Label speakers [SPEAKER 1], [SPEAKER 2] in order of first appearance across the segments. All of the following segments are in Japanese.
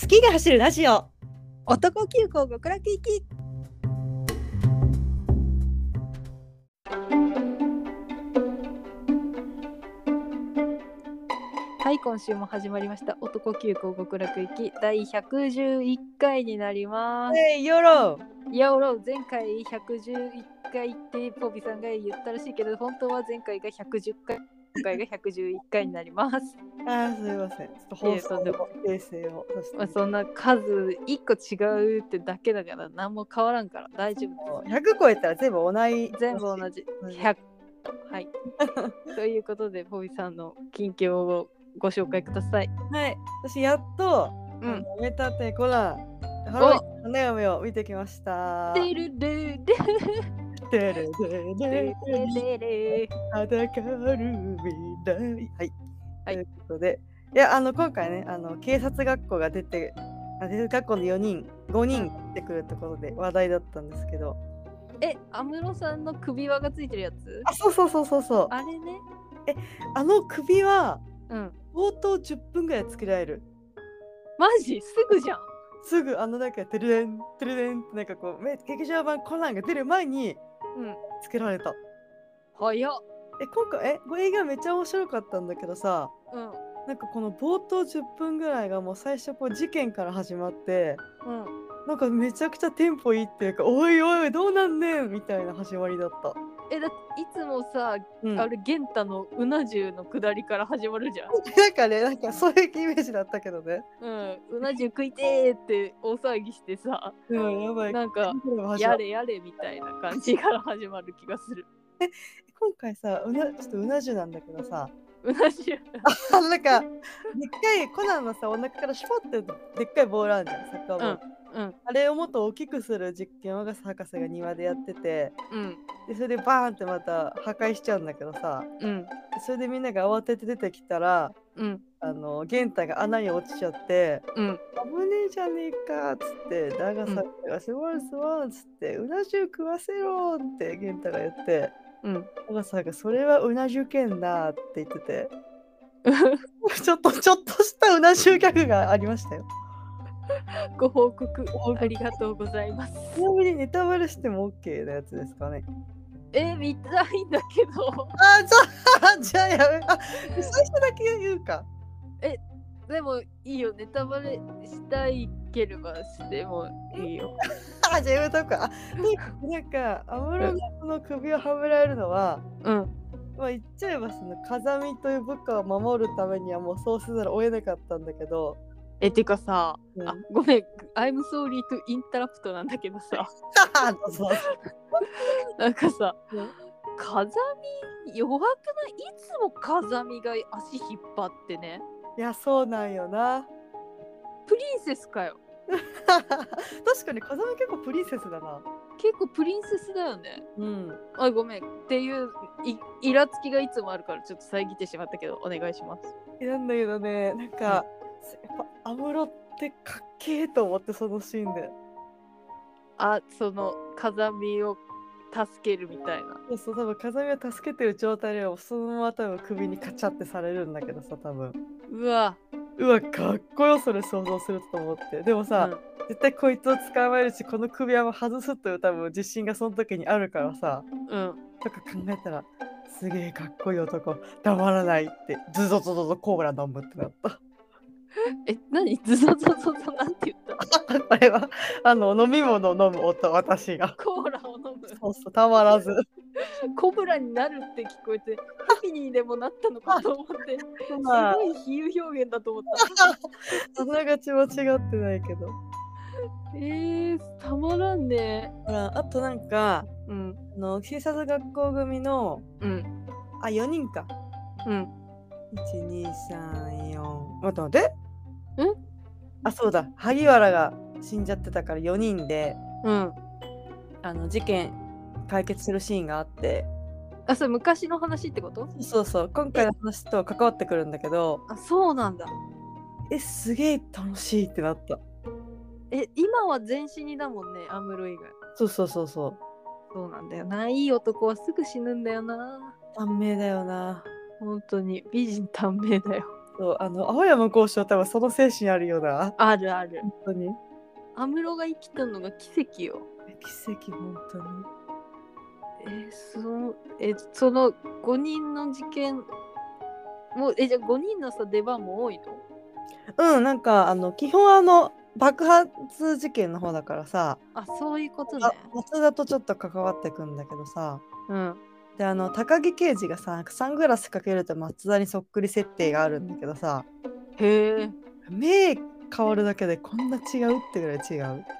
[SPEAKER 1] 好きが走るラジオ
[SPEAKER 2] 男急行極楽行きはい今週も始まりました男急行極楽行き第111回になります
[SPEAKER 1] えいよろ
[SPEAKER 2] いやおろう前回111回ってポビさんが言ったらしいけど本当は前回が110回今回が111回になります
[SPEAKER 1] あーすみませんちょっと放送の訂正をさせて
[SPEAKER 2] まあ、
[SPEAKER 1] 100
[SPEAKER 2] そんな数一個違うってだけだから何も変わらんから大丈夫です
[SPEAKER 1] 超えたら全部同じ
[SPEAKER 2] 全部同じ
[SPEAKER 1] 同じ
[SPEAKER 2] 100はいということでボビさんの近況をご紹介ください
[SPEAKER 1] はい私やっと「
[SPEAKER 2] う
[SPEAKER 1] うん
[SPEAKER 2] ん、
[SPEAKER 1] メタテコラハロウィンの花嫁」を見てきました
[SPEAKER 2] でるでるで
[SPEAKER 1] てれれれれれ
[SPEAKER 2] るでる
[SPEAKER 1] 裸る未来はい、
[SPEAKER 2] はい
[SPEAKER 1] ということでいやあの今回ねあの警察学校が出てあ警察学校の4人5人出てくるところで話題だったんですけど
[SPEAKER 2] え安室さんの首輪がついてるやつ
[SPEAKER 1] あそうそうそうそうそう
[SPEAKER 2] あれね
[SPEAKER 1] あの首は
[SPEAKER 2] うん
[SPEAKER 1] 冒頭10分ぐらい作られる
[SPEAKER 2] マジすぐじゃん
[SPEAKER 1] すぐあのなんかてるでんてるでんってなんかこうめ劇場版コナンが出る前に
[SPEAKER 2] うん
[SPEAKER 1] 作られた、
[SPEAKER 2] 早っ
[SPEAKER 1] え今回えこれ映画めっちゃ面白かったんだけどさ
[SPEAKER 2] うん
[SPEAKER 1] なんかこの冒頭10分ぐらいがもう最初こう事件から始まって
[SPEAKER 2] うん
[SPEAKER 1] なんかめちゃくちゃテンポいいっていうか「おいおいどうなんねん」みたいな始まりだった。
[SPEAKER 2] えだっていつもさ、
[SPEAKER 1] うん、
[SPEAKER 2] あれ玄太のうな重の下りから始まるじゃん
[SPEAKER 1] なんかねなんかそういうイメージだったけどね。
[SPEAKER 2] うん、うな重食いてーって大騒ぎしてさ、
[SPEAKER 1] うんやばい。
[SPEAKER 2] なんか、やれやれみたいな感じから始まる気がする。
[SPEAKER 1] 今回さうなちょっとうな重なんだけどさ
[SPEAKER 2] うな重、
[SPEAKER 1] あなんかでっかいコナンのさお腹からシュポってでっかいボールあるじゃんサッカーボール、
[SPEAKER 2] うん、
[SPEAKER 1] あれをもっと大きくする実験をガス博士が庭でやってて
[SPEAKER 2] うん、
[SPEAKER 1] でそれでバーンってまた破壊しちゃうんだけどさ
[SPEAKER 2] うん、
[SPEAKER 1] それでみんなが慌てて出てきたら
[SPEAKER 2] うん、
[SPEAKER 1] あの玄太が穴に落ちちゃって
[SPEAKER 2] うん、
[SPEAKER 1] 「危ねえじゃねえか」っつって「長さがすごいすごい」っつって「うな重食わせろ」って玄太が言って
[SPEAKER 2] うん。
[SPEAKER 1] 長さが「それはうな重けんな」って言ってて。ちょっとちょっとしたうな重客がありましたよ。
[SPEAKER 2] ご報告
[SPEAKER 1] 報告
[SPEAKER 2] ありがとうございます。
[SPEAKER 1] ちなみにネタバレしても OK なやつですかね。
[SPEAKER 2] え、見たいんだけど、
[SPEAKER 1] あじゃあじゃあやめあ最初だけ言うか。
[SPEAKER 2] でもいいよ、ネタバレしたいければしてもいいよ。
[SPEAKER 1] あじゃあやめとくか。あとにかくなんか安室がこの首をはめられるのは、
[SPEAKER 2] うん、
[SPEAKER 1] まあ、言っちゃえばその風見という部下を守るためにはもうそうせざるを得なかったんだけど。
[SPEAKER 2] え、てかさ、
[SPEAKER 1] うん、
[SPEAKER 2] あ、ごめん、I'm sorry to interrupt なんだけど さ。
[SPEAKER 1] どうぞ
[SPEAKER 2] なんかさ
[SPEAKER 1] うん、
[SPEAKER 2] 風見弱くないいつも風見が足引っ張ってね。
[SPEAKER 1] いやそうなんよな。
[SPEAKER 2] プリンセスかよ。
[SPEAKER 1] 確かに風見結構プリンセスだな。
[SPEAKER 2] 結構プリンセスだよね。
[SPEAKER 1] うん。
[SPEAKER 2] あ、ごめん。っていういイラつきがいつもあるからちょっと遮ってしまったけど、お願いします。
[SPEAKER 1] えなんだけどねなんか、やっぱ安室ってかっけえと思ってそのシーンで
[SPEAKER 2] あ、その風見を助けるみたいな。
[SPEAKER 1] そうそう多分風見を助けてる状態でもそのまま多分首にカチャってされるんだけどさ多分
[SPEAKER 2] うわ。
[SPEAKER 1] うわかっこよそれ想像すると思ってでもさ、
[SPEAKER 2] うん
[SPEAKER 1] 絶対こいつを捕まえるしこの首輪も外すという多分自信がその時にあるからさ
[SPEAKER 2] うん。
[SPEAKER 1] とか考えたらすげえかっこいい男黙らないってズドズドズドコーラ飲むってなった
[SPEAKER 2] え、何 ズゾゾゾゾなんて言った
[SPEAKER 1] あれはあの飲み物を飲む音私が
[SPEAKER 2] コーラを飲む。
[SPEAKER 1] そうそうたまらず
[SPEAKER 2] コブラになるって聞こえて、ハピニーでもなったのかと思 って、す
[SPEAKER 1] まあ
[SPEAKER 2] ごい比喩表現だと思った。
[SPEAKER 1] あながち間違ってないけど。
[SPEAKER 2] えー、たまらんね。
[SPEAKER 1] ほらあとなんか
[SPEAKER 2] うん、
[SPEAKER 1] あの警察学校組の
[SPEAKER 2] うん、
[SPEAKER 1] あ4人か。
[SPEAKER 2] うん。
[SPEAKER 1] 1234待って待って。
[SPEAKER 2] ん
[SPEAKER 1] あそうだ萩原が死んじゃってたから4人で
[SPEAKER 2] うん、
[SPEAKER 1] あの事件解決するシーンがあって
[SPEAKER 2] あそれ昔の話ってこと
[SPEAKER 1] そうそう今回の話と関わってくるんだけど
[SPEAKER 2] あそうなんだ
[SPEAKER 1] えすげえ楽しいってなった
[SPEAKER 2] え今は全死にだもんねアムロ以外
[SPEAKER 1] そうそうそうそう
[SPEAKER 2] そうなんだよないい男はすぐ死ぬんだよな
[SPEAKER 1] 短命だよな
[SPEAKER 2] 本当に美人短命だよ
[SPEAKER 1] そうあの青山剛昌多分その精神あるよな
[SPEAKER 2] あるある
[SPEAKER 1] 本当に
[SPEAKER 2] 安室が生きたのが奇跡よ
[SPEAKER 1] 奇跡本当に
[SPEAKER 2] えそのえその5人の事件もうえじゃあ5人のさ出番も多いの
[SPEAKER 1] うんなんかあの基本あの爆発事件の方だからさ、
[SPEAKER 2] あそういうことね
[SPEAKER 1] あ松田とちょっと関わってくんだけどさ
[SPEAKER 2] うん
[SPEAKER 1] であの高木刑事がさサングラスかけると松田にそっくり設定があるんだけどさ
[SPEAKER 2] へえ
[SPEAKER 1] 目変わるだけでこんな違うってぐらい違う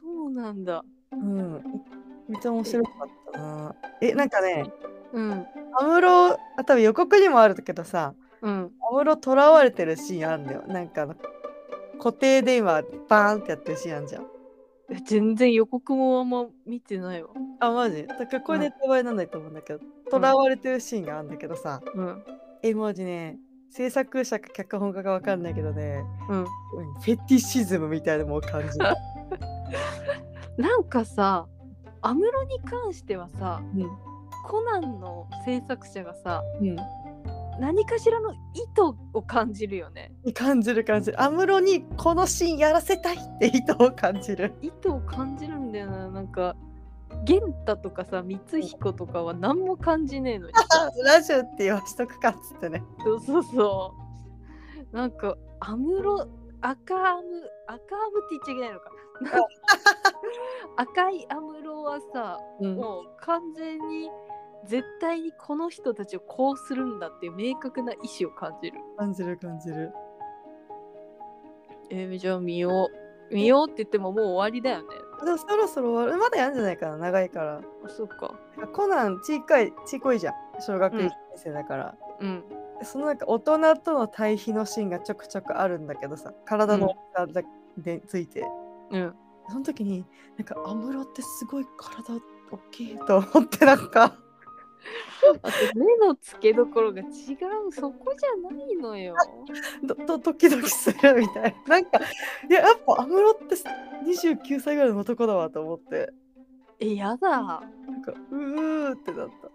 [SPEAKER 2] そうなんだ
[SPEAKER 1] うんめっちゃ面白かったなえなんかね
[SPEAKER 2] うん
[SPEAKER 1] 安室あ多分予告にもあるけどさ
[SPEAKER 2] うん
[SPEAKER 1] 安室とらわれてるシーンあるんだよなんかあの固定電話バーンってやってるシーンあるじゃん
[SPEAKER 2] え全然予告もあんま見てないわ
[SPEAKER 1] あマジだからこれネタバレになんないと思うんだけどとらわれてるシーンがあるんだけどさ、
[SPEAKER 2] うん
[SPEAKER 1] えマジね制作者か脚本家かわかんないけどね
[SPEAKER 2] うん
[SPEAKER 1] うんフェティシズムみたいなのも感 じる、
[SPEAKER 2] なんかさ安室に関してはさ
[SPEAKER 1] う
[SPEAKER 2] コナンの制作者がさ
[SPEAKER 1] んうん
[SPEAKER 2] 何かしらの意図を感じるよね
[SPEAKER 1] 感じる感じる安室にこのシーンやらせたいって意図を感じる
[SPEAKER 2] 意図を感じるんだよななんか源太とかさ光彦とかは何も感じねえのに
[SPEAKER 1] あラジオって言わしとくかっつってね
[SPEAKER 2] そうそうそうなんか安室赤アム赤アムって言っちゃいけないのか赤い安室はさ
[SPEAKER 1] うん
[SPEAKER 2] もう完全に絶対にこの人たちをこうするんだっていう明確な意思を感じる
[SPEAKER 1] 感じる感じる
[SPEAKER 2] えーじゃあ見よう見ようって言ってももう終わりだよね
[SPEAKER 1] でもそろそろ終わるまだやんじゃないかな長いから
[SPEAKER 2] あそっか
[SPEAKER 1] コナンちいかいちいこいじゃん小学
[SPEAKER 2] う
[SPEAKER 1] 1
[SPEAKER 2] ん
[SPEAKER 1] 年生だから、
[SPEAKER 2] うん
[SPEAKER 1] そのなんか大人との対比のシーンがちょくちょくあるんだけどさ体の大きさでついて、
[SPEAKER 2] うん
[SPEAKER 1] その時になんか安室ってすごい体大きいと思ってなんか
[SPEAKER 2] あと目の付けどころが違うそこじゃないのよ。
[SPEAKER 1] どどドキドキするみたいな なんかいややっぱ安室って29歳ぐらいの男だわと思って
[SPEAKER 2] えやだ
[SPEAKER 1] なんかうーってなった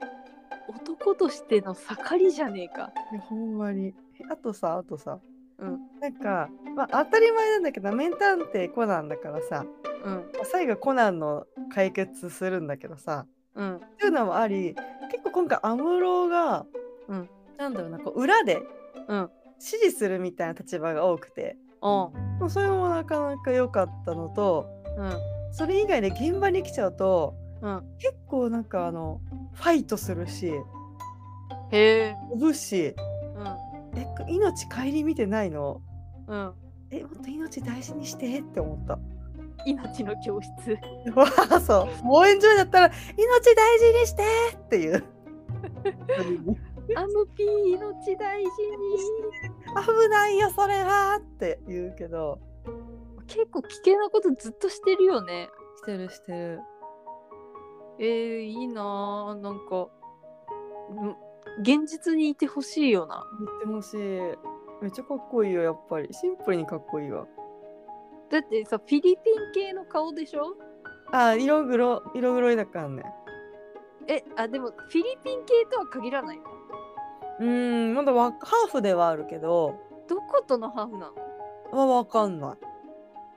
[SPEAKER 2] 男としての盛りじゃねえか。
[SPEAKER 1] いやほんまにえあとさあとさ、
[SPEAKER 2] うん、
[SPEAKER 1] なんか、まあ、当たり前なんだけど名探偵コナンだからさ
[SPEAKER 2] うん
[SPEAKER 1] 最後コナンの解決するんだけどさ
[SPEAKER 2] うん
[SPEAKER 1] っていうのもあり結構今回安室が、
[SPEAKER 2] うん、
[SPEAKER 1] なんだろうなこう裏で
[SPEAKER 2] うん
[SPEAKER 1] 支持するみたいな立場が多くて
[SPEAKER 2] おう
[SPEAKER 1] もうそれもなかなか良かったのと
[SPEAKER 2] うん
[SPEAKER 1] それ以外で現場に来ちゃうと
[SPEAKER 2] うん
[SPEAKER 1] 結構なんかあのファイトするし
[SPEAKER 2] へえ
[SPEAKER 1] 飛ぶし
[SPEAKER 2] うん
[SPEAKER 1] え命顧みてないの
[SPEAKER 2] うん
[SPEAKER 1] えもっと命大事にしてって思った。
[SPEAKER 2] 命の教 室
[SPEAKER 1] わあそう応援所だったら命大事にしてって いう。
[SPEAKER 2] アムピー命大事に
[SPEAKER 1] 危ないよそれはって言うけど
[SPEAKER 2] 結構危険なことずっとしてるよね。
[SPEAKER 1] してるしてる
[SPEAKER 2] えー、いいなあなんかん現実にいてほしいよな。
[SPEAKER 1] 言ってほしいめっちゃかっこいいよやっぱりシンプルにかっこいいわ
[SPEAKER 2] だってさフィリピン系の顔でしょ
[SPEAKER 1] あー色黒色黒いだからね
[SPEAKER 2] えあでもフィリピン系とは限らないの
[SPEAKER 1] うーんまだわハーフではあるけど
[SPEAKER 2] どことのハーフなの
[SPEAKER 1] まあわかんない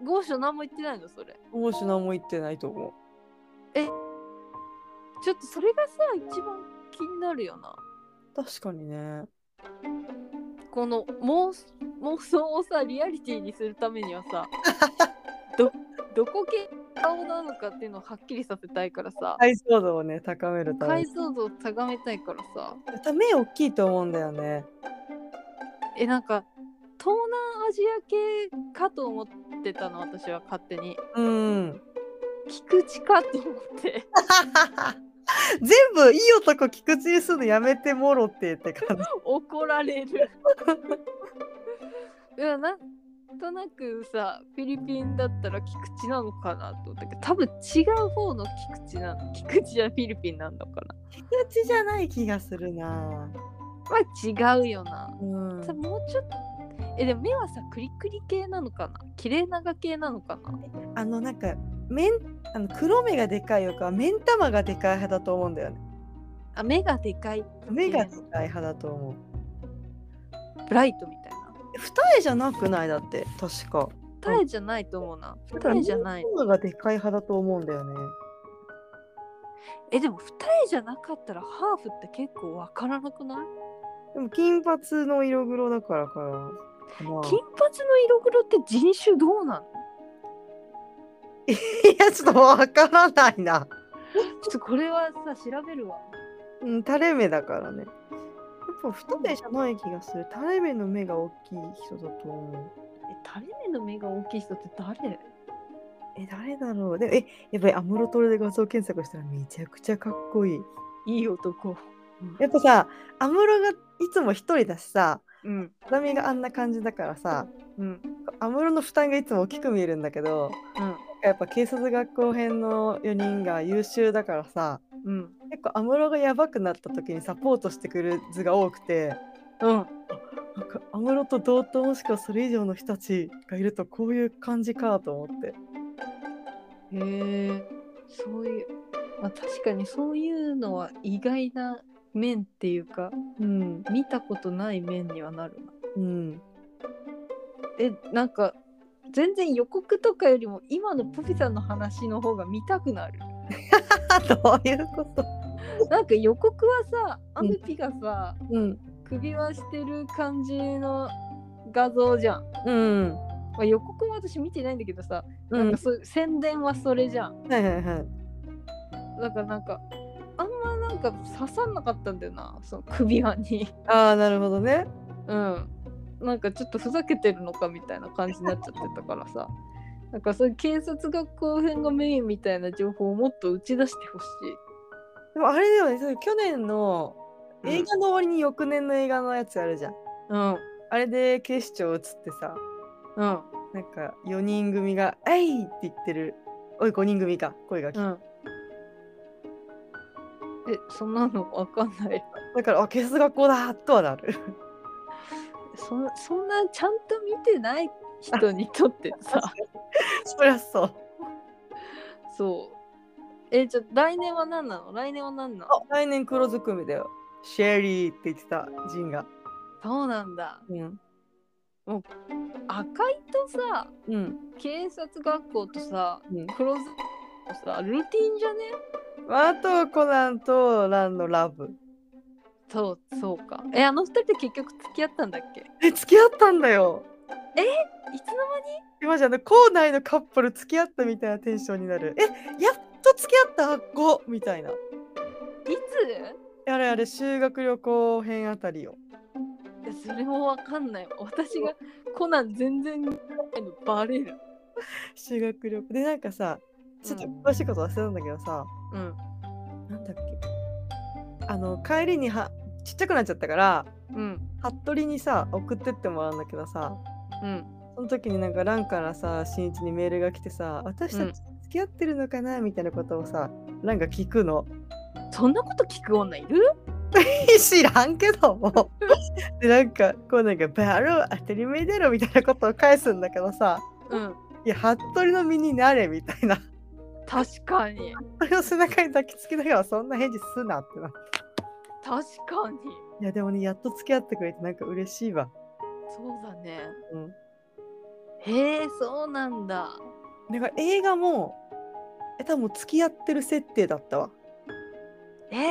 [SPEAKER 2] ゴーショ何も言ってないのそれ
[SPEAKER 1] もし何も言ってないと思う
[SPEAKER 2] ちょっとそれがさ一番気になるよな
[SPEAKER 1] 確かにね
[SPEAKER 2] この妄妄想をさリアリティにするためにはさどどこ系の顔なのかっていうのをはっきりさせたいからさ、
[SPEAKER 1] 解像度をね高めるため
[SPEAKER 2] 解
[SPEAKER 1] に
[SPEAKER 2] 像度を高めたいからさ
[SPEAKER 1] また目大きいと思うんだよね
[SPEAKER 2] えなんか東南アジア系かと思ってたの私は勝手に
[SPEAKER 1] うーん
[SPEAKER 2] 菊池かと思って
[SPEAKER 1] 全部いい男菊池にするのやめてもろってって感じ
[SPEAKER 2] 怒られる いやなんとなくさフィリピンだったら菊池なのかなと思ったけど多分違う方の菊池なの菊池じゃフィリピンなのかな
[SPEAKER 1] 菊池じゃない気がするな
[SPEAKER 2] まあ違うよな、
[SPEAKER 1] うん
[SPEAKER 2] さもうちょっとえでも目はさクリクリ系なのかな綺麗長系なのかな
[SPEAKER 1] あのなんか面あの黒目がでかいよりかは目ん玉がでかい派だと思うんだよね。
[SPEAKER 2] あ目がでかい
[SPEAKER 1] 目がでかい派だと思う
[SPEAKER 2] ブライトみたいな
[SPEAKER 1] 二重じゃなくないだって確か
[SPEAKER 2] 二重じゃないと思うな
[SPEAKER 1] だから
[SPEAKER 2] 二重じゃない
[SPEAKER 1] 目の方がでかい派だと思うんだよね
[SPEAKER 2] えでも二重じゃなかったらハーフって結構わからなくない
[SPEAKER 1] でも金髪の色黒だからかなまあ
[SPEAKER 2] 金髪の色黒って人種どうなの
[SPEAKER 1] いやちょっとわからないな
[SPEAKER 2] ちょっとこれはさ調べるわ
[SPEAKER 1] うん、垂れ目だからね。やっぱ太目じゃない気がする。垂れ目の目が大きい人だと思う。
[SPEAKER 2] え垂れ目の目が大きい人って誰
[SPEAKER 1] え、誰だろうでもえ、やっぱりアムロトレで画像検索したらめちゃくちゃかっこいい。
[SPEAKER 2] いい男
[SPEAKER 1] やっぱさ、アムロがいつも一人だしさ、
[SPEAKER 2] うん
[SPEAKER 1] ダミがあんな感じだからさ、
[SPEAKER 2] うん
[SPEAKER 1] アムロの負担がいつも大きく見えるんだけど、
[SPEAKER 2] うん
[SPEAKER 1] やっぱ警察学校編の4人が優秀だからさ、
[SPEAKER 2] うん
[SPEAKER 1] 結構アムロがやばくなった時にサポートしてくる図が多くて、
[SPEAKER 2] うん
[SPEAKER 1] なんか安室と同等もしくはそれ以上の人たちがいるとこういう感じかと思って
[SPEAKER 2] へえそういう、まあ、確かにそういうのは意外な面っていうか
[SPEAKER 1] うん
[SPEAKER 2] 見たことない面にはなるな
[SPEAKER 1] うん
[SPEAKER 2] えなんか全然予告とかよりも今のポピさんの話の方が見たくなる
[SPEAKER 1] あどういうこと
[SPEAKER 2] なんか予告はさア
[SPEAKER 1] うん
[SPEAKER 2] ムピがさ、
[SPEAKER 1] うん
[SPEAKER 2] 首輪してる感じの画像じゃん、
[SPEAKER 1] うん
[SPEAKER 2] まあ、予告は私見てないんだけどさ、
[SPEAKER 1] う
[SPEAKER 2] なん
[SPEAKER 1] ん
[SPEAKER 2] かそう宣伝はそれじゃん
[SPEAKER 1] はいはいはい
[SPEAKER 2] だからなんかあんまなんか刺さんなかったんだよなその首輪に。
[SPEAKER 1] ああなるほどね
[SPEAKER 2] うん、なんかちょっとふざけてるのかみたいな感じになっちゃってたからさなんかそういう警察学校編がメインみたいな情報をもっと打ち出してほし
[SPEAKER 1] でもあれだよねそれ去年の
[SPEAKER 2] い。
[SPEAKER 1] 映画の終わりに翌年の映画のやつあるじゃん、
[SPEAKER 2] うん
[SPEAKER 1] あれで警視庁映ってさ
[SPEAKER 2] うん
[SPEAKER 1] なんか4人組が「えい!」って言ってるおい5人組か声が聞こえ
[SPEAKER 2] う
[SPEAKER 1] る
[SPEAKER 2] んえそんなのわかんない
[SPEAKER 1] だからあ警察学校だとはなる
[SPEAKER 2] そんそんなちゃんと見てない人にとってさ
[SPEAKER 1] そりゃそう
[SPEAKER 2] そうえじゃあ来年は何なの来年は何なの
[SPEAKER 1] あ来年黒ずくめだよシェリーって言ってたジンが
[SPEAKER 2] そうなんだ
[SPEAKER 1] うん
[SPEAKER 2] 赤いとさ
[SPEAKER 1] うん
[SPEAKER 2] 警察学校とさ
[SPEAKER 1] うん
[SPEAKER 2] 黒ずとさルーティンじゃね
[SPEAKER 1] あとコナンとランのラブ。
[SPEAKER 2] そうそうかえあの二人って結局付き合ったんだっけい
[SPEAKER 1] え付き合ったんだよ。
[SPEAKER 2] つの間に
[SPEAKER 1] 今じゃね校内のカップル付き合ったみたいなテンションになる。えやっと付き合った後みたいな。
[SPEAKER 2] いつ
[SPEAKER 1] あれあれ修学旅行編あたりよ。
[SPEAKER 2] いやそれもわかんない私がコナン全然見てないのバレる
[SPEAKER 1] 修学旅行でなんかさちょっと詳しいこと忘れたんだけどさ、
[SPEAKER 2] うん
[SPEAKER 1] なんだっけあの帰りにはちっちゃくなっちゃったから
[SPEAKER 2] うん
[SPEAKER 1] 服部にさ送ってってもらうんだけどさ
[SPEAKER 2] うん
[SPEAKER 1] その時になんかランからさ新一にメールが来てさ私た
[SPEAKER 2] うん
[SPEAKER 1] ち付き合ってるのかな、みたいなことをさランが聞くの
[SPEAKER 2] そんなこと聞く女いる
[SPEAKER 1] 知らんけども でなんかこうなんか「バロー当たり前だろ」みたいなことを返すんだけどさ
[SPEAKER 2] うん
[SPEAKER 1] 「いや服部の身になれ」みたいな
[SPEAKER 2] 確かに
[SPEAKER 1] 服部の背中に抱きつきながらそんな返事すなってな
[SPEAKER 2] 確かに
[SPEAKER 1] いやでもねやっと付き合ってくれてなんか嬉しいわ
[SPEAKER 2] そうだね
[SPEAKER 1] うん
[SPEAKER 2] へえそうなんだ
[SPEAKER 1] だから映画もえ多分もう付き合ってる設定だったわ
[SPEAKER 2] えー、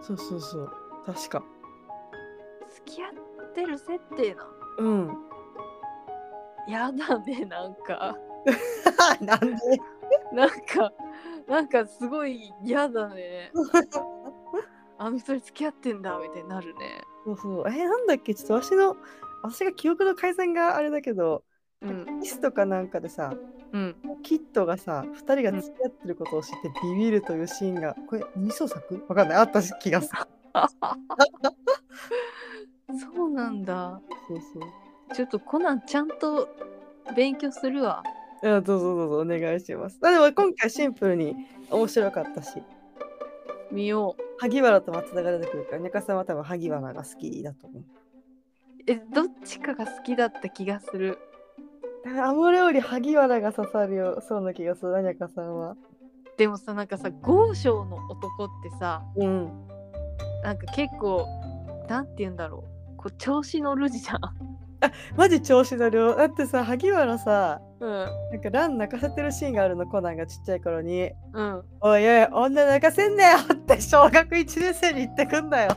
[SPEAKER 1] そうそうそう確か
[SPEAKER 2] 付き合ってる設定な
[SPEAKER 1] うん
[SPEAKER 2] やだねなんか
[SPEAKER 1] なんで
[SPEAKER 2] なんかなんかすごい嫌だね あの人に付き合ってんだみたいになるね。
[SPEAKER 1] そうそう。えーなんだっけちょっと私の、私が記憶の改ざんがあれだけど、
[SPEAKER 2] うん
[SPEAKER 1] ミスとかなんかでさ、
[SPEAKER 2] うん。
[SPEAKER 1] キッドがさ、2人が付き合ってることを知ってビビるというシーンが、これ、二創作わかんない。あった気がする。
[SPEAKER 2] そうなんだ。
[SPEAKER 1] そうそう。
[SPEAKER 2] ちょっとコナンちゃんと勉強するわ。
[SPEAKER 1] いやどうぞどうぞお願いします。あでも今回シンプルに面白かったし、
[SPEAKER 2] 見よう。
[SPEAKER 1] 萩原と松田が出てくるから、ネカさんは多分萩原が好きだと思う。
[SPEAKER 2] え、どっちかが好きだった気がする。
[SPEAKER 1] だからアモレより萩原が刺さるよそうな気がする、ネカさんは。
[SPEAKER 2] でもさ、なんかさ、豪商の男ってさ、
[SPEAKER 1] うん。
[SPEAKER 2] なんか結構なんて言うんだろうこう調子乗るじゃん。
[SPEAKER 1] マジ調子乗るよだってさ萩原さ
[SPEAKER 2] うん
[SPEAKER 1] なんかラン泣かせてるシーンがあるのコナンがちっちゃい頃に
[SPEAKER 2] うん
[SPEAKER 1] 「おいおい女泣かせんなよ」って小学1年生に言ってくんだよ。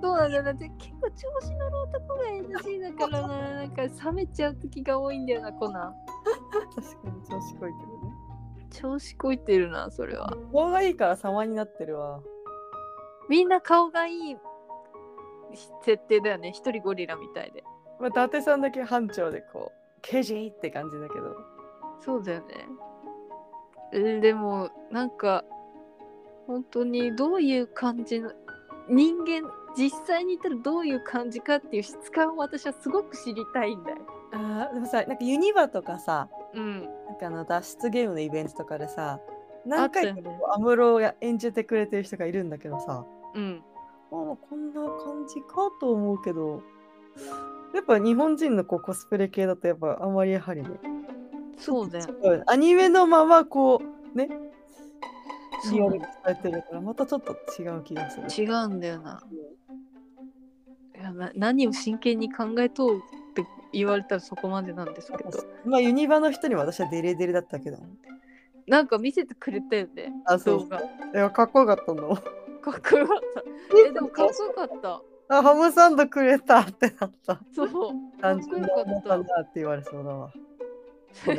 [SPEAKER 2] そうなんだよだって結構調子乗る男が NG だからななんか冷めちゃう時が多いんだよなコナン
[SPEAKER 1] 確かに調子こいてるね。
[SPEAKER 2] 調子こいてるなそれは
[SPEAKER 1] 顔がいいから様になってるわ。
[SPEAKER 2] みんな顔がいい設定だよね一人ゴリラみたいで
[SPEAKER 1] まあ、伊達さんだけ班長でこう、ケジーって感じだけど。
[SPEAKER 2] そうだよねえでもなんか本当にどういう感じの人間実際にいたらどういう感じかっていう質感を私はすごく知りたいんだよ
[SPEAKER 1] あーでもさ、なんかユニバとかさ、
[SPEAKER 2] うん
[SPEAKER 1] なんかあの脱出ゲームのイベントとかでさ、何回
[SPEAKER 2] あった
[SPEAKER 1] か
[SPEAKER 2] よね
[SPEAKER 1] こう安室をや演じてくれてる人がいるんだけどさ、
[SPEAKER 2] うん
[SPEAKER 1] まあ、こんな感じかと思うけど、やっぱ日本人のこうコスプレ系だとやっぱあんまりやはりね、
[SPEAKER 2] そうだよ
[SPEAKER 1] うんアニメのままこう、ね、
[SPEAKER 2] そう
[SPEAKER 1] リ
[SPEAKER 2] な
[SPEAKER 1] ア
[SPEAKER 2] んだ
[SPEAKER 1] ルにされて
[SPEAKER 2] よ
[SPEAKER 1] るから、またちょっと違う気がする。
[SPEAKER 2] 違うんだよな。いやな何を真剣に考えとうって言われたらそこまでなんですけど
[SPEAKER 1] まあユニバの人にも私はデレデレだったけど。
[SPEAKER 2] なんか見せてくれたよね
[SPEAKER 1] あ、そ
[SPEAKER 2] 動
[SPEAKER 1] う。
[SPEAKER 2] 画か
[SPEAKER 1] いや、かっこよかったの。
[SPEAKER 2] っこよかったえでもかっこよかった
[SPEAKER 1] あ、ハムサンドくれたってなった。
[SPEAKER 2] そうかっ
[SPEAKER 1] 単
[SPEAKER 2] こ
[SPEAKER 1] 純
[SPEAKER 2] よ
[SPEAKER 1] な
[SPEAKER 2] か
[SPEAKER 1] 女だな
[SPEAKER 2] っ
[SPEAKER 1] って言われそうだわ。
[SPEAKER 2] た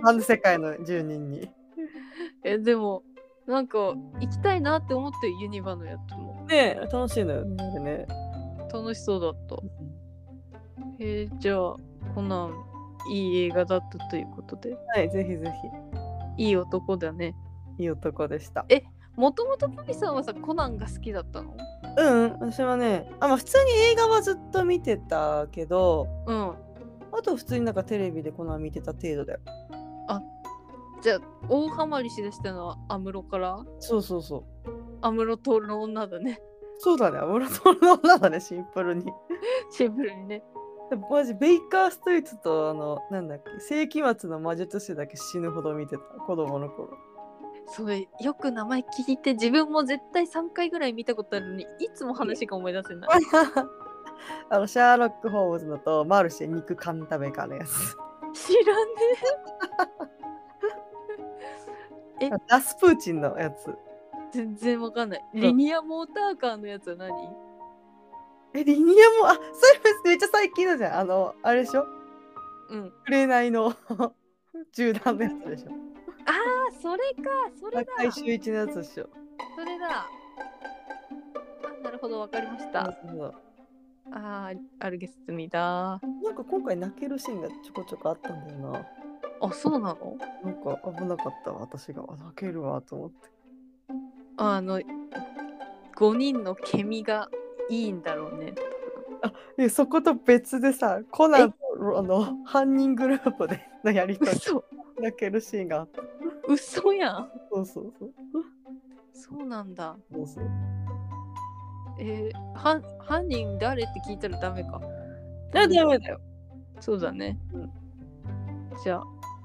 [SPEAKER 1] なんで世界の住人に。
[SPEAKER 2] えでもなんか行きたいなって思ってユニバのやつも
[SPEAKER 1] ねえ、楽しいのよね。
[SPEAKER 2] 楽しそうだったえー、じゃあコナンいい映画だったということで
[SPEAKER 1] はい、ぜひぜ
[SPEAKER 2] いい男だね
[SPEAKER 1] ひ。いい男でした。
[SPEAKER 2] もともとピピさんはさコナンが好きだったの
[SPEAKER 1] うん、うん、私はね、あ、まあ普通に映画はずっと見てたけど、
[SPEAKER 2] うん
[SPEAKER 1] あと普通になんかテレビでこの見てた程度だよ。
[SPEAKER 2] じゃあ大ハマりしだしたのは安室から
[SPEAKER 1] そうそうそう。
[SPEAKER 2] 安室徹の女だね
[SPEAKER 1] そうだね、アムロトの女だね、シンプルに。
[SPEAKER 2] シンプルにね
[SPEAKER 1] でもマジベイカーストリートとあのなんだっけ世紀末の魔術師だけ死ぬほど見てた子供の 頃
[SPEAKER 2] それよく名前聞いて自分も絶対3回ぐらい見たことあるのにいつも話が思い出せない
[SPEAKER 1] あのシャーロック・ホームズのとマルシェ肉缶食べかのやつ
[SPEAKER 2] 知らねえ
[SPEAKER 1] あラスプーチンのやつ
[SPEAKER 2] え全然わかんないリニアモーターカーのやつは何
[SPEAKER 1] えリニアもあそれめっちゃ最近のじゃんあのあれでしょ
[SPEAKER 2] うん
[SPEAKER 1] 紅の 銃弾のやつでしょ
[SPEAKER 2] あそれかそれだ
[SPEAKER 1] 赤い周一のやつでしょ
[SPEAKER 2] それだあなるほどわかりました
[SPEAKER 1] そうそうそう
[SPEAKER 2] あーアルゲス済みだあ
[SPEAKER 1] なんか今回泣けるシーンがちょこちょこあったんだよな
[SPEAKER 2] そうなの
[SPEAKER 1] なんか危なかったわ私があ泣けるわと思って
[SPEAKER 2] あの5人のケミがいいんだろうね
[SPEAKER 1] えそこと別でさコナンとあの犯人グループで のやりとり
[SPEAKER 2] 嘘
[SPEAKER 1] 泣けるシーンがあった
[SPEAKER 2] 嘘やん
[SPEAKER 1] そうそうそう
[SPEAKER 2] そうなんだ
[SPEAKER 1] そうそう
[SPEAKER 2] えー、は犯人誰って聞いたらダメか
[SPEAKER 1] あダメだよ
[SPEAKER 2] そうだね、
[SPEAKER 1] うん
[SPEAKER 2] じゃあ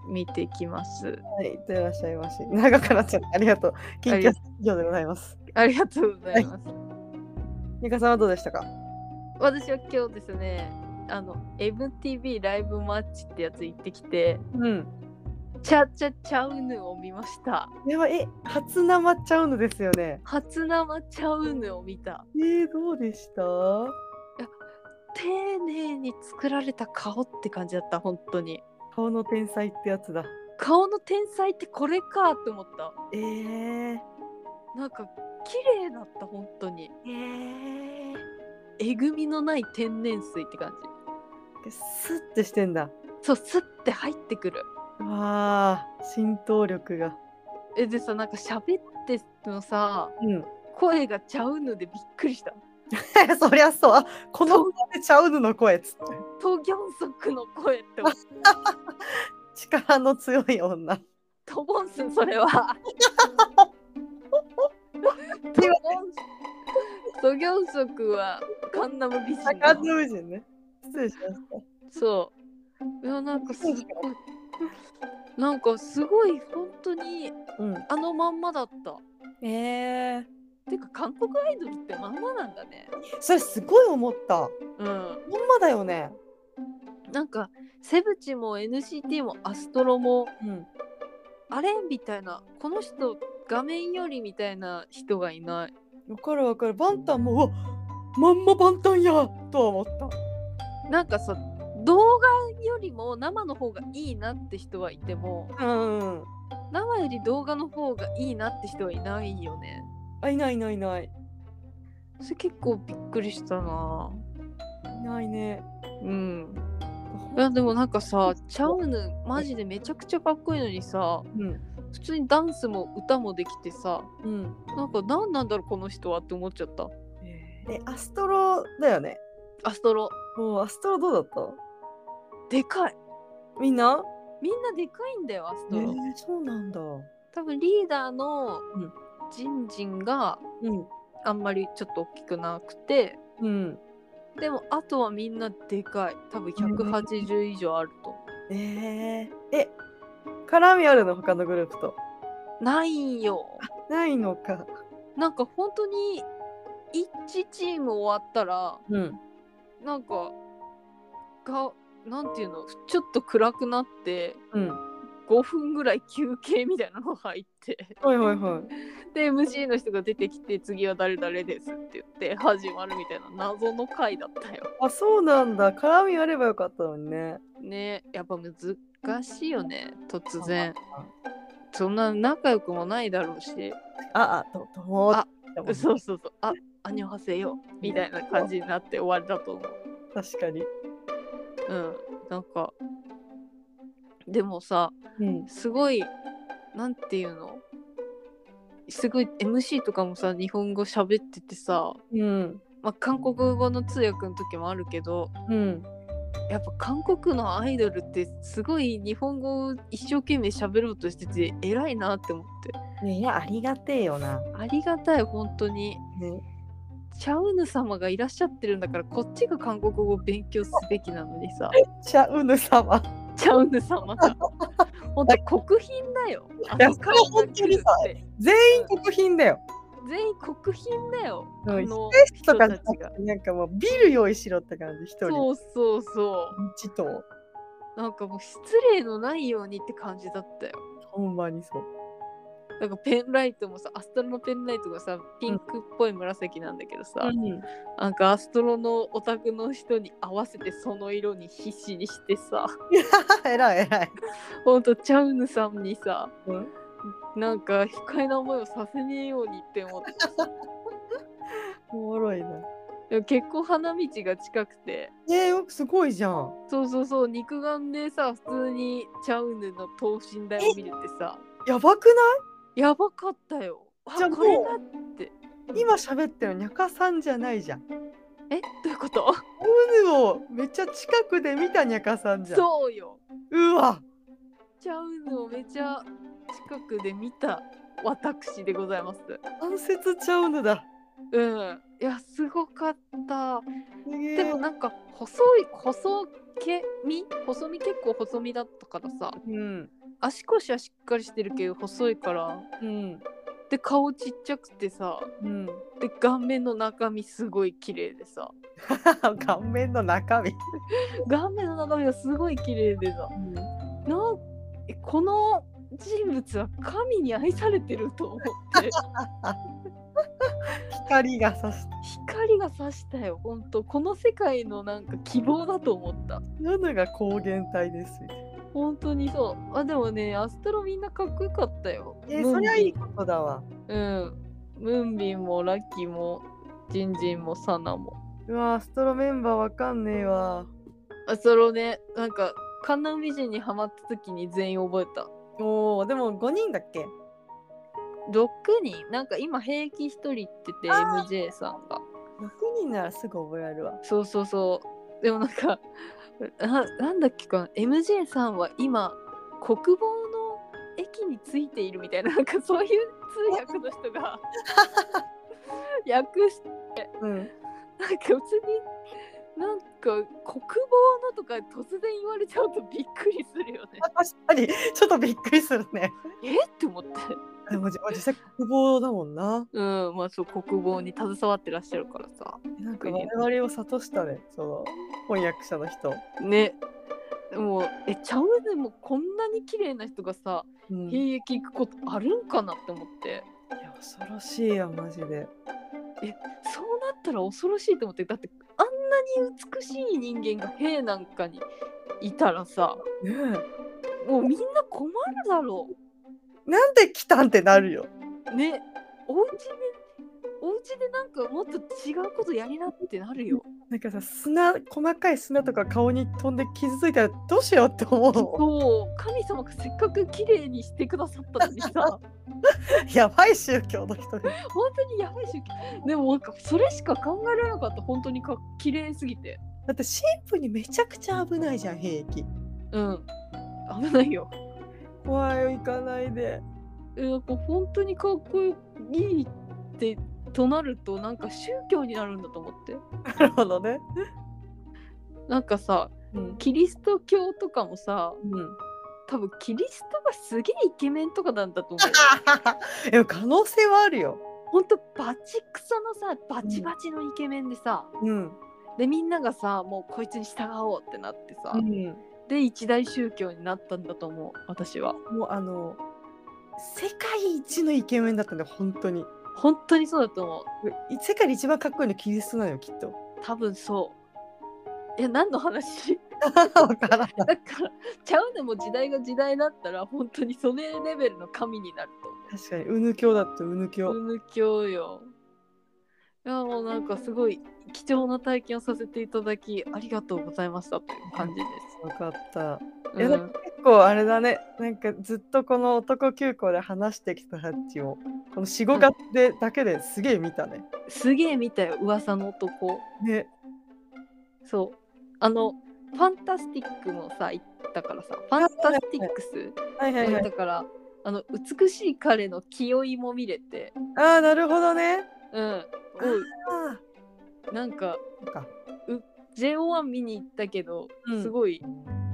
[SPEAKER 2] 見てきます
[SPEAKER 1] はいいってらっしゃいまし長くなっちゃったありがとう緊急以上でございます
[SPEAKER 2] ありがとうございます、
[SPEAKER 1] ミカさんはどうでしたか
[SPEAKER 2] 私は今日ですねあの MTV ライブマッチってやつ行ってきて
[SPEAKER 1] うん
[SPEAKER 2] チャチャチャウヌを見ました
[SPEAKER 1] ではえ初生ちゃうのですよね
[SPEAKER 2] 初生チャウヌを見た
[SPEAKER 1] えー、どうでした
[SPEAKER 2] 丁寧に作られた顔って感じだった本当に
[SPEAKER 1] 顔の天才ってやつだ
[SPEAKER 2] 顔の天才ってこれかって思った
[SPEAKER 1] えー、
[SPEAKER 2] なんか綺麗だった本当に
[SPEAKER 1] えー、
[SPEAKER 2] えぐみのない天然水って感じ
[SPEAKER 1] スッてしてんだ
[SPEAKER 2] そうスッて入ってくる
[SPEAKER 1] うわー浸透力が
[SPEAKER 2] えでさなんか喋ってのさ
[SPEAKER 1] うん
[SPEAKER 2] 声がちゃうのでびっくりした
[SPEAKER 1] そりゃそうあこの声でちゃうのの声っつって
[SPEAKER 2] トギョンソクの声って思った
[SPEAKER 1] 力の強い女
[SPEAKER 2] トボンスそれはトギョントギョンソクはカンナム美人
[SPEAKER 1] 中
[SPEAKER 2] だ
[SPEAKER 1] 津夫人ね失礼しまし
[SPEAKER 2] そういやなんかすっごいなんかすごい本当に
[SPEAKER 1] たうん
[SPEAKER 2] あのまんまだった
[SPEAKER 1] ええ
[SPEAKER 2] てか韓国アイドルってまんまなんだね
[SPEAKER 1] それすごい思ったま
[SPEAKER 2] うん
[SPEAKER 1] んまだよね
[SPEAKER 2] なんかセブチも NCT もアストロも
[SPEAKER 1] うん
[SPEAKER 2] あれみたいなこの人画面よりみたいな人がいない
[SPEAKER 1] わかるわかるバンタンもうわまんまバンタンやとは思った
[SPEAKER 2] なんかさ動画よりも生の方がいいなって人はいても
[SPEAKER 1] うんうんうん
[SPEAKER 2] 生より動画の方がいいなって人はいないよね
[SPEAKER 1] あいないいないいない
[SPEAKER 2] それ結構びっくりしたない
[SPEAKER 1] ないね
[SPEAKER 2] うんいやでもなんかさチャウヌマジでめちゃくちゃかっこいいのにさ
[SPEAKER 1] うん
[SPEAKER 2] 普通にダンスも歌もできてさ
[SPEAKER 1] うん
[SPEAKER 2] なんか何なんだろうこの人はって思っちゃった
[SPEAKER 1] えアストロだよね
[SPEAKER 2] アストロ
[SPEAKER 1] もうアストロどうだった
[SPEAKER 2] でかい
[SPEAKER 1] みんな
[SPEAKER 2] みんなでかいんだよアストロ、
[SPEAKER 1] ーそうなんだ
[SPEAKER 2] 多分リーダーの
[SPEAKER 1] うん
[SPEAKER 2] ジンジンが
[SPEAKER 1] うん
[SPEAKER 2] あんまりちょっと大きくなくて
[SPEAKER 1] うん
[SPEAKER 2] でもあとはみんなでかい多分180以上あると思
[SPEAKER 1] えー、え絡みあるの他のグループと
[SPEAKER 2] うないんよ
[SPEAKER 1] ないのか
[SPEAKER 2] なんか本当に1チーム終わったら
[SPEAKER 1] うん
[SPEAKER 2] なんかがなんていうのちょっと暗くなって
[SPEAKER 1] うん
[SPEAKER 2] 5分ぐらい休憩みたいなの入って
[SPEAKER 1] はいはいはい
[SPEAKER 2] で MC の人が出てきて次は誰々ですって言って始まるみたいな謎の回だったよ。
[SPEAKER 1] あそうなんだ絡みあればよかったのにね
[SPEAKER 2] ねやっぱ難しいよね突然。そんな仲良くもないだろうし
[SPEAKER 1] ああととも
[SPEAKER 2] あ
[SPEAKER 1] でも
[SPEAKER 2] そうそうそうあアニョハセよみたいな感じになって終わりだと思う。
[SPEAKER 1] 確かに
[SPEAKER 2] うん、なんかでもさ
[SPEAKER 1] うん
[SPEAKER 2] すごいなんていうのすごい MC とかもさ日本語喋っててさ、
[SPEAKER 1] うん
[SPEAKER 2] まあ、韓国語の通訳の時もあるけど
[SPEAKER 1] うん
[SPEAKER 2] やっぱ韓国のアイドルってすごい日本語を一生懸命喋ろうとしてて偉いなって思って
[SPEAKER 1] ねいやありがてえよな、
[SPEAKER 2] ありがたい本当に
[SPEAKER 1] ね、
[SPEAKER 2] チャウヌ様がいらっしゃってるんだからこっちが韓国語を勉強すべきなのに さ
[SPEAKER 1] チャウヌ様
[SPEAKER 2] チャウヌ様が本当国賓だよあの韓国って
[SPEAKER 1] 全員国賓だよ、
[SPEAKER 2] 全員国賓だよあ
[SPEAKER 1] うん、
[SPEAKER 2] の
[SPEAKER 1] スペース
[SPEAKER 2] 人
[SPEAKER 1] とか
[SPEAKER 2] た
[SPEAKER 1] じゃ
[SPEAKER 2] ち
[SPEAKER 1] な
[SPEAKER 2] が
[SPEAKER 1] くてなんかもうビル用意しろって感じ一人
[SPEAKER 2] そうそうそ
[SPEAKER 1] 一棟
[SPEAKER 2] うなんかもう失礼のないようにって感じだったよ
[SPEAKER 1] ほんまにそう
[SPEAKER 2] なんかペンライトもさアストロのペンライトがさピンクっぽい紫なんだけど さ、
[SPEAKER 1] ん
[SPEAKER 2] なんかアストロのオタクの人に合わせてその色に必死にしてさ
[SPEAKER 1] えらいえらい、
[SPEAKER 2] ほんとチャウヌさんにさ
[SPEAKER 1] うん、
[SPEAKER 2] なんか不快な思いをさせねえようにって思って
[SPEAKER 1] おもろいな
[SPEAKER 2] でも結構花道が近くて
[SPEAKER 1] えー、よくすごいじゃん
[SPEAKER 2] そうそうそう肉眼でさ普通にチャウヌの等身大を見れてさ
[SPEAKER 1] やばくな
[SPEAKER 2] やばかったよあ
[SPEAKER 1] じゃあもう
[SPEAKER 2] これがって
[SPEAKER 1] い今喋ってるにゃかさんじゃないじゃん
[SPEAKER 2] えどういうこと
[SPEAKER 1] チャウヌをめっちゃ近くで見たにゃかさんじゃん
[SPEAKER 2] そうよ
[SPEAKER 1] うわ
[SPEAKER 2] チャウヌをめちゃ近くで見た私でございます。
[SPEAKER 1] 関節チャウヌだ
[SPEAKER 2] うん。いや、すごかった。
[SPEAKER 1] すげえ
[SPEAKER 2] でもなんか、細い、細けみ細身結構細身だったからさ、
[SPEAKER 1] うん
[SPEAKER 2] 足腰はしっかりしてるけど細いから、
[SPEAKER 1] うん
[SPEAKER 2] で、顔ちっちゃくてさ、
[SPEAKER 1] うん
[SPEAKER 2] で、顔面の中身すごい綺麗でさ、
[SPEAKER 1] 顔面の中身、
[SPEAKER 2] 顔面の中身がすごい綺麗でさ、なんえこの人物は神に愛されてると思って。
[SPEAKER 1] 光がさして
[SPEAKER 2] 光が差したよ本当この世界のなんか希望だと思った
[SPEAKER 1] チャウヌが高原体です
[SPEAKER 2] 本当にそうあでもねアストロみんなかっこよかったよ
[SPEAKER 1] え
[SPEAKER 2] ム
[SPEAKER 1] そ
[SPEAKER 2] ンビ
[SPEAKER 1] り
[SPEAKER 2] ン
[SPEAKER 1] ゃいいことだわ
[SPEAKER 2] うんムンビンもラッキーもジンジンもサナも
[SPEAKER 1] うわアストロメンバーわかんねえわ
[SPEAKER 2] アストロねなんかカンナム美人にハマった時に全員覚えた
[SPEAKER 1] おーでも5人だっけ
[SPEAKER 2] 6人なんか今平気1人ってて MJ さんが
[SPEAKER 1] 6人ならすぐ覚えられるわ
[SPEAKER 2] そうそうそうでもなんか ななんだっけかな MJ さんは今国防の駅についているみたいななんかそういう通訳の人が訳し
[SPEAKER 1] うん
[SPEAKER 2] なんか普通になんか国防のとか突然言 われちゃうとびっくりするよね
[SPEAKER 1] 確かにちょっとびっくりするね
[SPEAKER 2] えって思って
[SPEAKER 1] でもじまあ実際国防だもんな。
[SPEAKER 2] うんまあそう国防に携わってらっしゃるからさ
[SPEAKER 1] なんか我々を諭したね、その翻訳者の人。
[SPEAKER 2] ねもうえちゃうでもこんなに綺麗な人がさ
[SPEAKER 1] うん、い
[SPEAKER 2] 兵役行くことあるんかなって思って
[SPEAKER 1] や恐ろしいやマジで。
[SPEAKER 2] そうなったら恐ろしいと思ってだってあんなに美しい人間が兵なんかにいたらさ
[SPEAKER 1] ねえ
[SPEAKER 2] もうみんな困るだろ
[SPEAKER 1] なんで来たんってなるよ。
[SPEAKER 2] うねお家でお家でなんかもっと違うことやりなってなるよ
[SPEAKER 1] なんかさ砂細かい砂とか顔に飛んで傷ついたらどうしようって 思うもん。
[SPEAKER 2] そう神様がせっかく綺麗にしてくださったのにさ 本
[SPEAKER 1] やばい宗教の人に。
[SPEAKER 2] 当にやばいしでもなんかそれしか考えられなかった本当にか綺麗すぎて
[SPEAKER 1] だってシンプルにめちゃくちゃ危ないじゃん兵役。
[SPEAKER 2] うん危ないよ
[SPEAKER 1] 怖いよ行かないで。
[SPEAKER 2] えなんか本当にかっこいいってとなるとなんか宗教になるんだと思って
[SPEAKER 1] なるほどね。
[SPEAKER 2] なんかさ
[SPEAKER 1] うん。
[SPEAKER 2] キリスト教とかもさ
[SPEAKER 1] うん、
[SPEAKER 2] 多分キリストがすげえイケメンとかなんだと思 う
[SPEAKER 1] でも可能性はあるよ。
[SPEAKER 2] ほんとバチクソのさバチバチのイケメンでさ、
[SPEAKER 1] うん。
[SPEAKER 2] でみんながさもうこいつに従おうってなってさ、
[SPEAKER 1] うん、
[SPEAKER 2] で一大宗教になったんだと思う私は
[SPEAKER 1] もうあの世界一のイケメンだったんだよ本当に。
[SPEAKER 2] 本当にそうだと思う
[SPEAKER 1] い世界で一番かっこいいのキリストなのよきっと。
[SPEAKER 2] 多分そうえ何の話
[SPEAKER 1] わからない。
[SPEAKER 2] だからちゃうでも時代が時代だったら本当にそれレベルの神になる
[SPEAKER 1] 確かにうぬ教だってうぬ
[SPEAKER 2] と
[SPEAKER 1] 教。
[SPEAKER 2] 思う。無教よ。いやもうなんかすごい貴重な体験をさせていただきありがとうございましたという感じで
[SPEAKER 1] わかった。
[SPEAKER 2] す。
[SPEAKER 1] いや、
[SPEAKER 2] う
[SPEAKER 1] だ
[SPEAKER 2] ん
[SPEAKER 1] から結構あれだね。なんかずっとこの男急行で話してきたハッチをこの4、5月でだけですげえ見たね。
[SPEAKER 2] すげえ見たよ噂の男。
[SPEAKER 1] ね。
[SPEAKER 2] そうあのファンタスティックもさ行ったからさファンタスティックス
[SPEAKER 1] はいはい
[SPEAKER 2] も行
[SPEAKER 1] は
[SPEAKER 2] っ
[SPEAKER 1] い。
[SPEAKER 2] たから、あの美しい彼の気負いも見れて
[SPEAKER 1] ああなるほどね。
[SPEAKER 2] うん
[SPEAKER 1] あ
[SPEAKER 2] おなんか
[SPEAKER 1] あ。そっか
[SPEAKER 2] JO1 見に行ったけど、
[SPEAKER 1] うん
[SPEAKER 2] すごい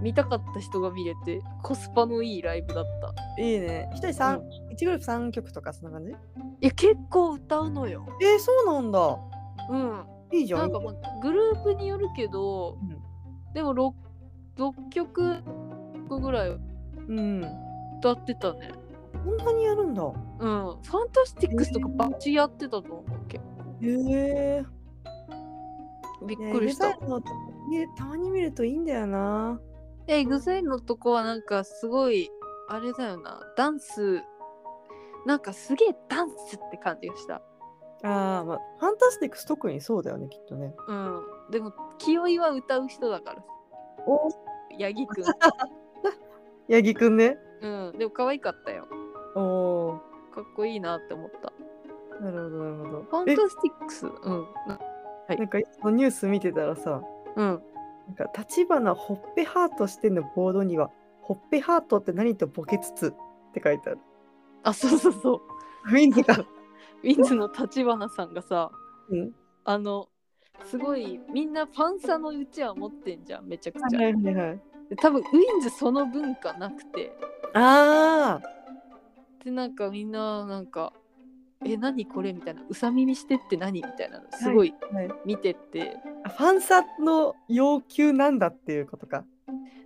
[SPEAKER 2] 見たかった人が見れてコスパのいいライブだった
[SPEAKER 1] いいね。一人三、
[SPEAKER 2] う
[SPEAKER 1] 一グループ三曲とかそんな感じ？
[SPEAKER 2] いや結構歌うのよ
[SPEAKER 1] えー、そうなんだ。
[SPEAKER 2] うん
[SPEAKER 1] いいじゃん。
[SPEAKER 2] なんか、まあ、グループによるけど、でも 6, 6曲ぐらい
[SPEAKER 1] うん。
[SPEAKER 2] 歌ってたね
[SPEAKER 1] こんなにやるんだ。
[SPEAKER 2] うんファンタスティックスとかバッチやってたと思うけ
[SPEAKER 1] へえ
[SPEAKER 2] どび
[SPEAKER 1] ー。
[SPEAKER 2] っくりした、
[SPEAKER 1] ね EXILE のとねたまに見るといいんだよな。
[SPEAKER 2] でエグザイルのとこはなんかすごいあれだよなダンスなんかすげえダンスって感じがした
[SPEAKER 1] ああ、まあ、ファンタスティックス特にそうだよね、きっとね。
[SPEAKER 2] うん、でも清居は歌う人だから
[SPEAKER 1] お
[SPEAKER 2] 八木くん、
[SPEAKER 1] 八木くんね。
[SPEAKER 2] うん、でも可愛かったよ
[SPEAKER 1] おお
[SPEAKER 2] かっこいいなって思った
[SPEAKER 1] ー。なるほど、なるほど。
[SPEAKER 2] ファンタスティックスうん
[SPEAKER 1] え、なんか、そのニュース見てたらさ、
[SPEAKER 2] うん
[SPEAKER 1] なんか、立花ほっぺハートしてんのボードには、ほっぺハートって何とボケつつって書いてある。
[SPEAKER 2] あそうそうそう
[SPEAKER 1] みんなが、
[SPEAKER 2] ウィンズの立花さんがさ
[SPEAKER 1] うん。
[SPEAKER 2] あのすごいみんなファンサのうちは持ってんじゃんめちゃくちゃ、
[SPEAKER 1] はいはいはい。
[SPEAKER 2] で多分ウィンズその文化なくて
[SPEAKER 1] あ
[SPEAKER 2] でなんかみんななんか「え何これ?」みたいな「うさ耳してって何?」みたいなのすごい
[SPEAKER 1] あ、はい。
[SPEAKER 2] 見てって、
[SPEAKER 1] あファンサの要求なんだっていうことか。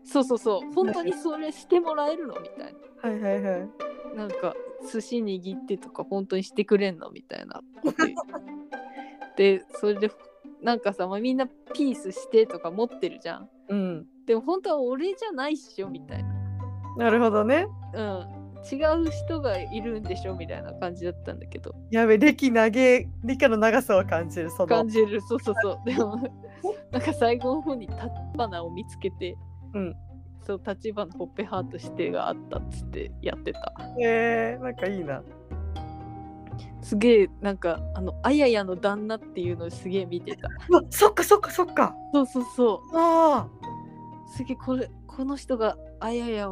[SPEAKER 2] そうそうそう本当にそれしてもらえるのみたいな。
[SPEAKER 1] はいはいはい。
[SPEAKER 2] なんか寿司握ってとか本当にしてくれんのみたいなこと言うでそれでなんかさ、まあ、みんなピースしてとか持ってるじゃん
[SPEAKER 1] うん。
[SPEAKER 2] でも本当は俺じゃないっしょみたいな
[SPEAKER 1] なるほどね。
[SPEAKER 2] うん違う人がいるんでしょみたいな感じだったんだけど
[SPEAKER 1] やべ、歴長え、理科の長さを感じる、その
[SPEAKER 2] 感。じるそうそうそうでもなんか最後の方に立花を見つけて
[SPEAKER 1] うん
[SPEAKER 2] そう立花ほっぺハートしてがあったっつってやってた
[SPEAKER 1] えー、なんかいいな。
[SPEAKER 2] すげえなんかあのあややの旦那っていうのをすげえ見てた
[SPEAKER 1] うわ、そっかそっかそっか。
[SPEAKER 2] そうそうそう
[SPEAKER 1] あ
[SPEAKER 2] すげえこれこの人があやや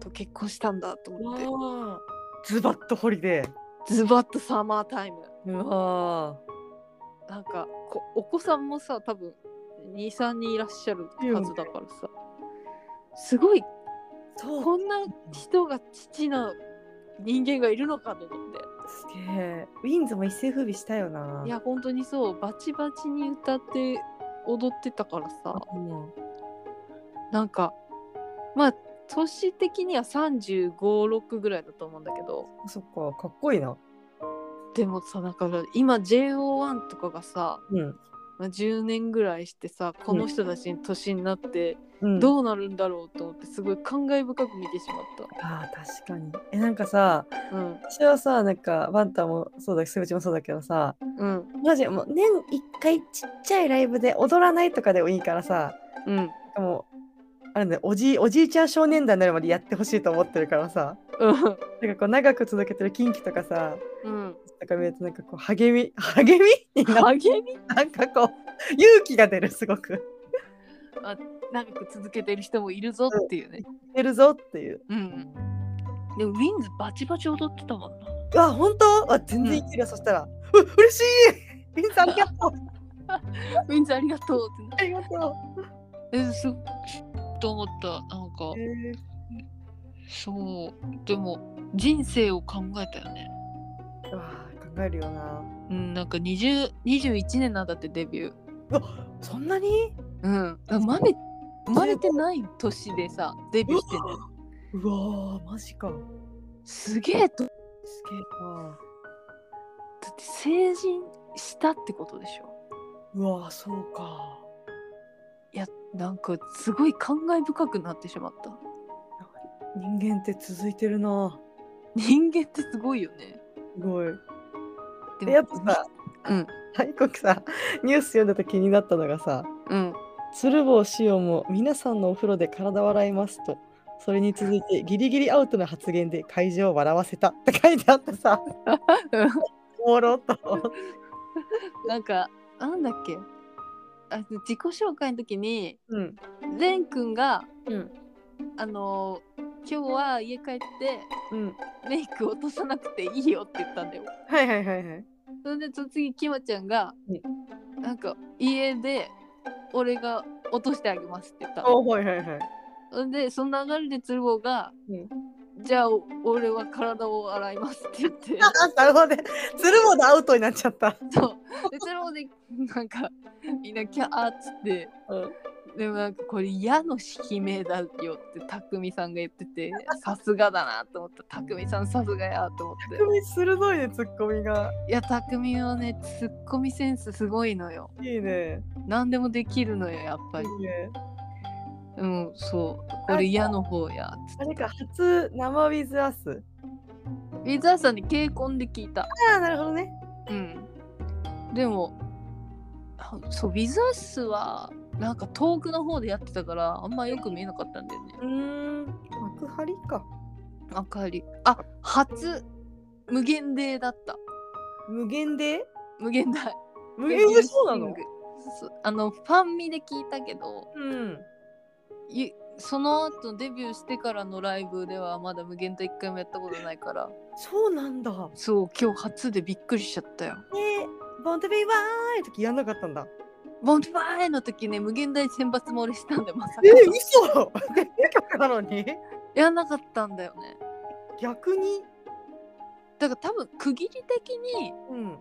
[SPEAKER 2] と結婚したんだと
[SPEAKER 1] あ
[SPEAKER 2] 思って
[SPEAKER 1] ズバッとホリデー。
[SPEAKER 2] ズバッとサマータイム
[SPEAKER 1] うわ
[SPEAKER 2] なんかこお子さんもさ多分23人いらっしゃるはずだからさすごい
[SPEAKER 1] そう
[SPEAKER 2] こんな人が父な人間がいるのかと思って
[SPEAKER 1] すげえウィンズも一世風靡したよない
[SPEAKER 2] や本当にそうバチバチに歌って踊ってたからさ
[SPEAKER 1] うん
[SPEAKER 2] なんかまあ年的には3 5 6ぐらいだと思うんだけど
[SPEAKER 1] そっかかっこいいな
[SPEAKER 2] でもさだから今 JO1 とかがさ
[SPEAKER 1] うん、
[SPEAKER 2] まあ10年ぐらいしてさこの人たちの年になって
[SPEAKER 1] うん、
[SPEAKER 2] どうなるんだろうと思ってすごい感慨深く見てしま
[SPEAKER 1] あー確かにえなんかさ
[SPEAKER 2] った。うん
[SPEAKER 1] 私はさなんかバンタもそうだしすぶちもそうだけどさ
[SPEAKER 2] うん
[SPEAKER 1] マジもう年一回ちっちゃいライブで踊らないとかでもいいからさ
[SPEAKER 2] うん
[SPEAKER 1] なんかもうあれねおじいおじいちゃん少年団になるまでやってほしいと思ってるからさな
[SPEAKER 2] うん
[SPEAKER 1] んかこう長く続けてる近畿とかさ
[SPEAKER 2] うん
[SPEAKER 1] とか見るとなんかこう励み励みにな
[SPEAKER 2] 励み
[SPEAKER 1] なんかこう勇気が出るすごく
[SPEAKER 2] 長く続けてる人もいるぞっていうね。
[SPEAKER 1] 出るぞっていう
[SPEAKER 2] うんでもウィンズバチバチ踊ってたもんな。
[SPEAKER 1] うわ本当あ全然いけるよ、そしたらう嬉しい みんさんありがとう
[SPEAKER 2] ウィンズありがとうって
[SPEAKER 1] ありがとう、
[SPEAKER 2] えすと思ったなんかそうでも人生を考えたよね、
[SPEAKER 1] うわー考えるよな
[SPEAKER 2] うん、なんか20 21年なんだってデビュー
[SPEAKER 1] そんなに
[SPEAKER 2] うんだからマメ生まれてない年でさデビューしてる
[SPEAKER 1] うわーマジか
[SPEAKER 2] すげえとだ
[SPEAKER 1] すげえな
[SPEAKER 2] って成人したってことでしょ
[SPEAKER 1] うわーそうか
[SPEAKER 2] いやなんかすごい感慨深くなってしまった
[SPEAKER 1] 人間って続いてるな
[SPEAKER 2] 人間ってすごいよね
[SPEAKER 1] すごい
[SPEAKER 2] で
[SPEAKER 1] でやっぱさ
[SPEAKER 2] うん
[SPEAKER 1] 大国さニュース読んだ時気になったのがさ
[SPEAKER 2] うん
[SPEAKER 1] 鶴房しおも皆さんのお風呂で体を洗いますとそれに続いてギリギリアウトの発言で会場を笑わせたって書いてあってさ おもろっと思って
[SPEAKER 2] なんかなんだっけあ自己紹介の時に
[SPEAKER 1] うん
[SPEAKER 2] レン君が、
[SPEAKER 1] うん
[SPEAKER 2] あのー今日は家帰って
[SPEAKER 1] うん
[SPEAKER 2] メイク落とさなくていいよって言ったんだよ。
[SPEAKER 1] はいはいはいはい
[SPEAKER 2] それでその次キマちゃんが、なんか家で俺が落としてあげますって言ったの。
[SPEAKER 1] おはいはいはい
[SPEAKER 2] それでその流れで鶴房が、
[SPEAKER 1] うん
[SPEAKER 2] じゃあお俺は体を洗いますって言って。
[SPEAKER 1] あ なるほどね鶴房のアウトになっちゃった
[SPEAKER 2] そうで鶴房でなんかみんなキャーっつって。
[SPEAKER 1] うん
[SPEAKER 2] でもなんかこれ矢の引き目だよって匠さんが言っててさすがだなと思った匠さんさすがやと思って
[SPEAKER 1] 匠鋭いねツッコミが
[SPEAKER 2] いや匠はねツッコミセンスすごいのよ
[SPEAKER 1] いいね
[SPEAKER 2] 何でもできるのよやっぱ
[SPEAKER 1] い
[SPEAKER 2] り
[SPEAKER 1] いね
[SPEAKER 2] うんそうこれ矢の方やっつ
[SPEAKER 1] あ
[SPEAKER 2] っ
[SPEAKER 1] れ
[SPEAKER 2] てた
[SPEAKER 1] か初生ウィズアス
[SPEAKER 2] ウィザーさんに敬婚で聞いた
[SPEAKER 1] ああなるほどね
[SPEAKER 2] うんでもあそうウィザースはなんか遠くの方でやってたからあんまよく見えなかったんだよね
[SPEAKER 1] うーん幕張か
[SPEAKER 2] あかりあ初無限デーだった
[SPEAKER 1] 無限で
[SPEAKER 2] 無限大
[SPEAKER 1] 無限でそうなの
[SPEAKER 2] そうあのファンミで聞いたけど
[SPEAKER 1] うん
[SPEAKER 2] ゆその後デビューしてからのライブではまだ無限大一回もやったことないから
[SPEAKER 1] そうなんだ
[SPEAKER 2] そう今日初でびっくりしちゃったよ
[SPEAKER 1] ねボントビーワーイ時やんなかったんだ。
[SPEAKER 2] ボンドバーイの時ね無限大選抜も俺したんでまさか
[SPEAKER 1] えー、 嘘デビュー曲なのに
[SPEAKER 2] やんなかったんだよね
[SPEAKER 1] 逆に
[SPEAKER 2] だから多分区切り的に
[SPEAKER 1] うん。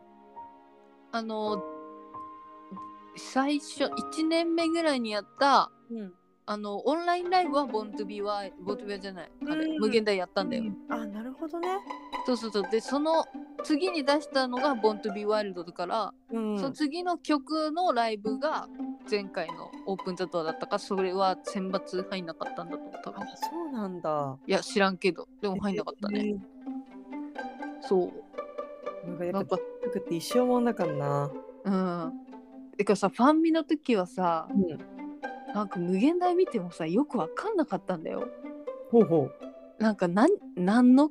[SPEAKER 2] あの最初1年目ぐらいにやった
[SPEAKER 1] うん。
[SPEAKER 2] あのオンラインライブはボントビーはボントビーじゃないあれ
[SPEAKER 1] うん
[SPEAKER 2] 無限大やったんだよ
[SPEAKER 1] あ、なるほどね。
[SPEAKER 2] そうそうそうでその次に出したのが「ボン o ビ e ワイルドだから、
[SPEAKER 1] うん
[SPEAKER 2] その次の曲のライブが前回の「オープン・ザ・ドア」だったからそれは選抜入んなかったんだと思った
[SPEAKER 1] あ
[SPEAKER 2] い、
[SPEAKER 1] そうなんだ。
[SPEAKER 2] や知らんけどでも入んなかったね、そう
[SPEAKER 1] なんかや
[SPEAKER 2] な
[SPEAKER 1] っ
[SPEAKER 2] ん
[SPEAKER 1] ぱ
[SPEAKER 2] か
[SPEAKER 1] 曲って一生もんだからな。
[SPEAKER 2] うんてかさファンミの時はさ
[SPEAKER 1] うん。
[SPEAKER 2] なんか無限大見てもさよくわかんなかったんだよ
[SPEAKER 1] ほうほう。
[SPEAKER 2] なんかなん何の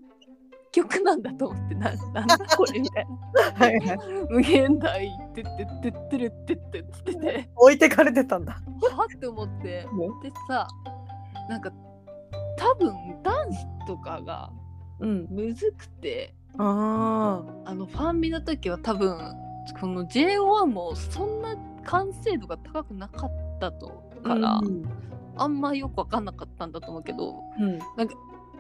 [SPEAKER 2] 曲なんだと思ってななんだこれみたいな
[SPEAKER 1] はいはい。
[SPEAKER 2] 無限大ってってってってるってってってて
[SPEAKER 1] 置いてかれてたんだ。
[SPEAKER 2] はって思ってでさなんか多分ダンスとかが
[SPEAKER 1] うん。
[SPEAKER 2] むずくて
[SPEAKER 1] ああ。
[SPEAKER 2] あのファンミの時は多分この JO1 もそんな完成度が高くなかったとから、
[SPEAKER 1] うん。
[SPEAKER 2] あんまよく分かんなかったんだと思うけど
[SPEAKER 1] うん。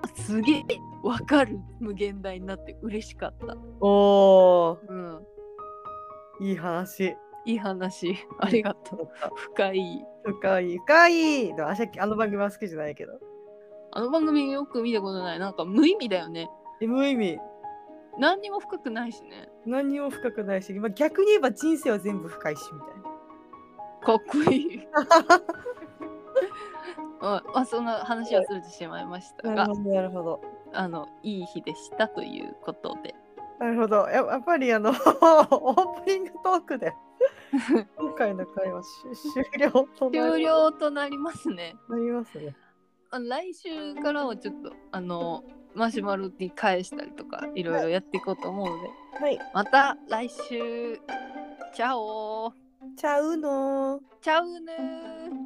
[SPEAKER 2] あすげえわかる無限大になって嬉しかった。
[SPEAKER 1] お
[SPEAKER 2] うん、
[SPEAKER 1] ーいい話
[SPEAKER 2] いい話ありがとう。深い。
[SPEAKER 1] 深い深いでも私はあの番組は好きじゃないけど
[SPEAKER 2] あの番組よく見たことない。なんか無意味だよね。
[SPEAKER 1] え無意味
[SPEAKER 2] 何にも深くないしね。
[SPEAKER 1] 何にも深くないし、まあ、逆に言えば人生は全部深いしみたいな
[SPEAKER 2] かっこいい。 まあ、そんな話はずれてしまいました
[SPEAKER 1] なるほ、
[SPEAKER 2] が
[SPEAKER 1] どなるほど
[SPEAKER 2] あのいい日でしたということで。
[SPEAKER 1] なるほどややっぱりあの オープニングトークで今回の会話し終了とな
[SPEAKER 2] 終
[SPEAKER 1] り
[SPEAKER 2] 了となりますね。
[SPEAKER 1] なりますね
[SPEAKER 2] あ来週からはちょっとあのマシュマロに返したりとかいろいろやっていこうと思うので、
[SPEAKER 1] はい
[SPEAKER 2] また来週チャオ
[SPEAKER 1] ちゃうのー
[SPEAKER 2] チャウヌー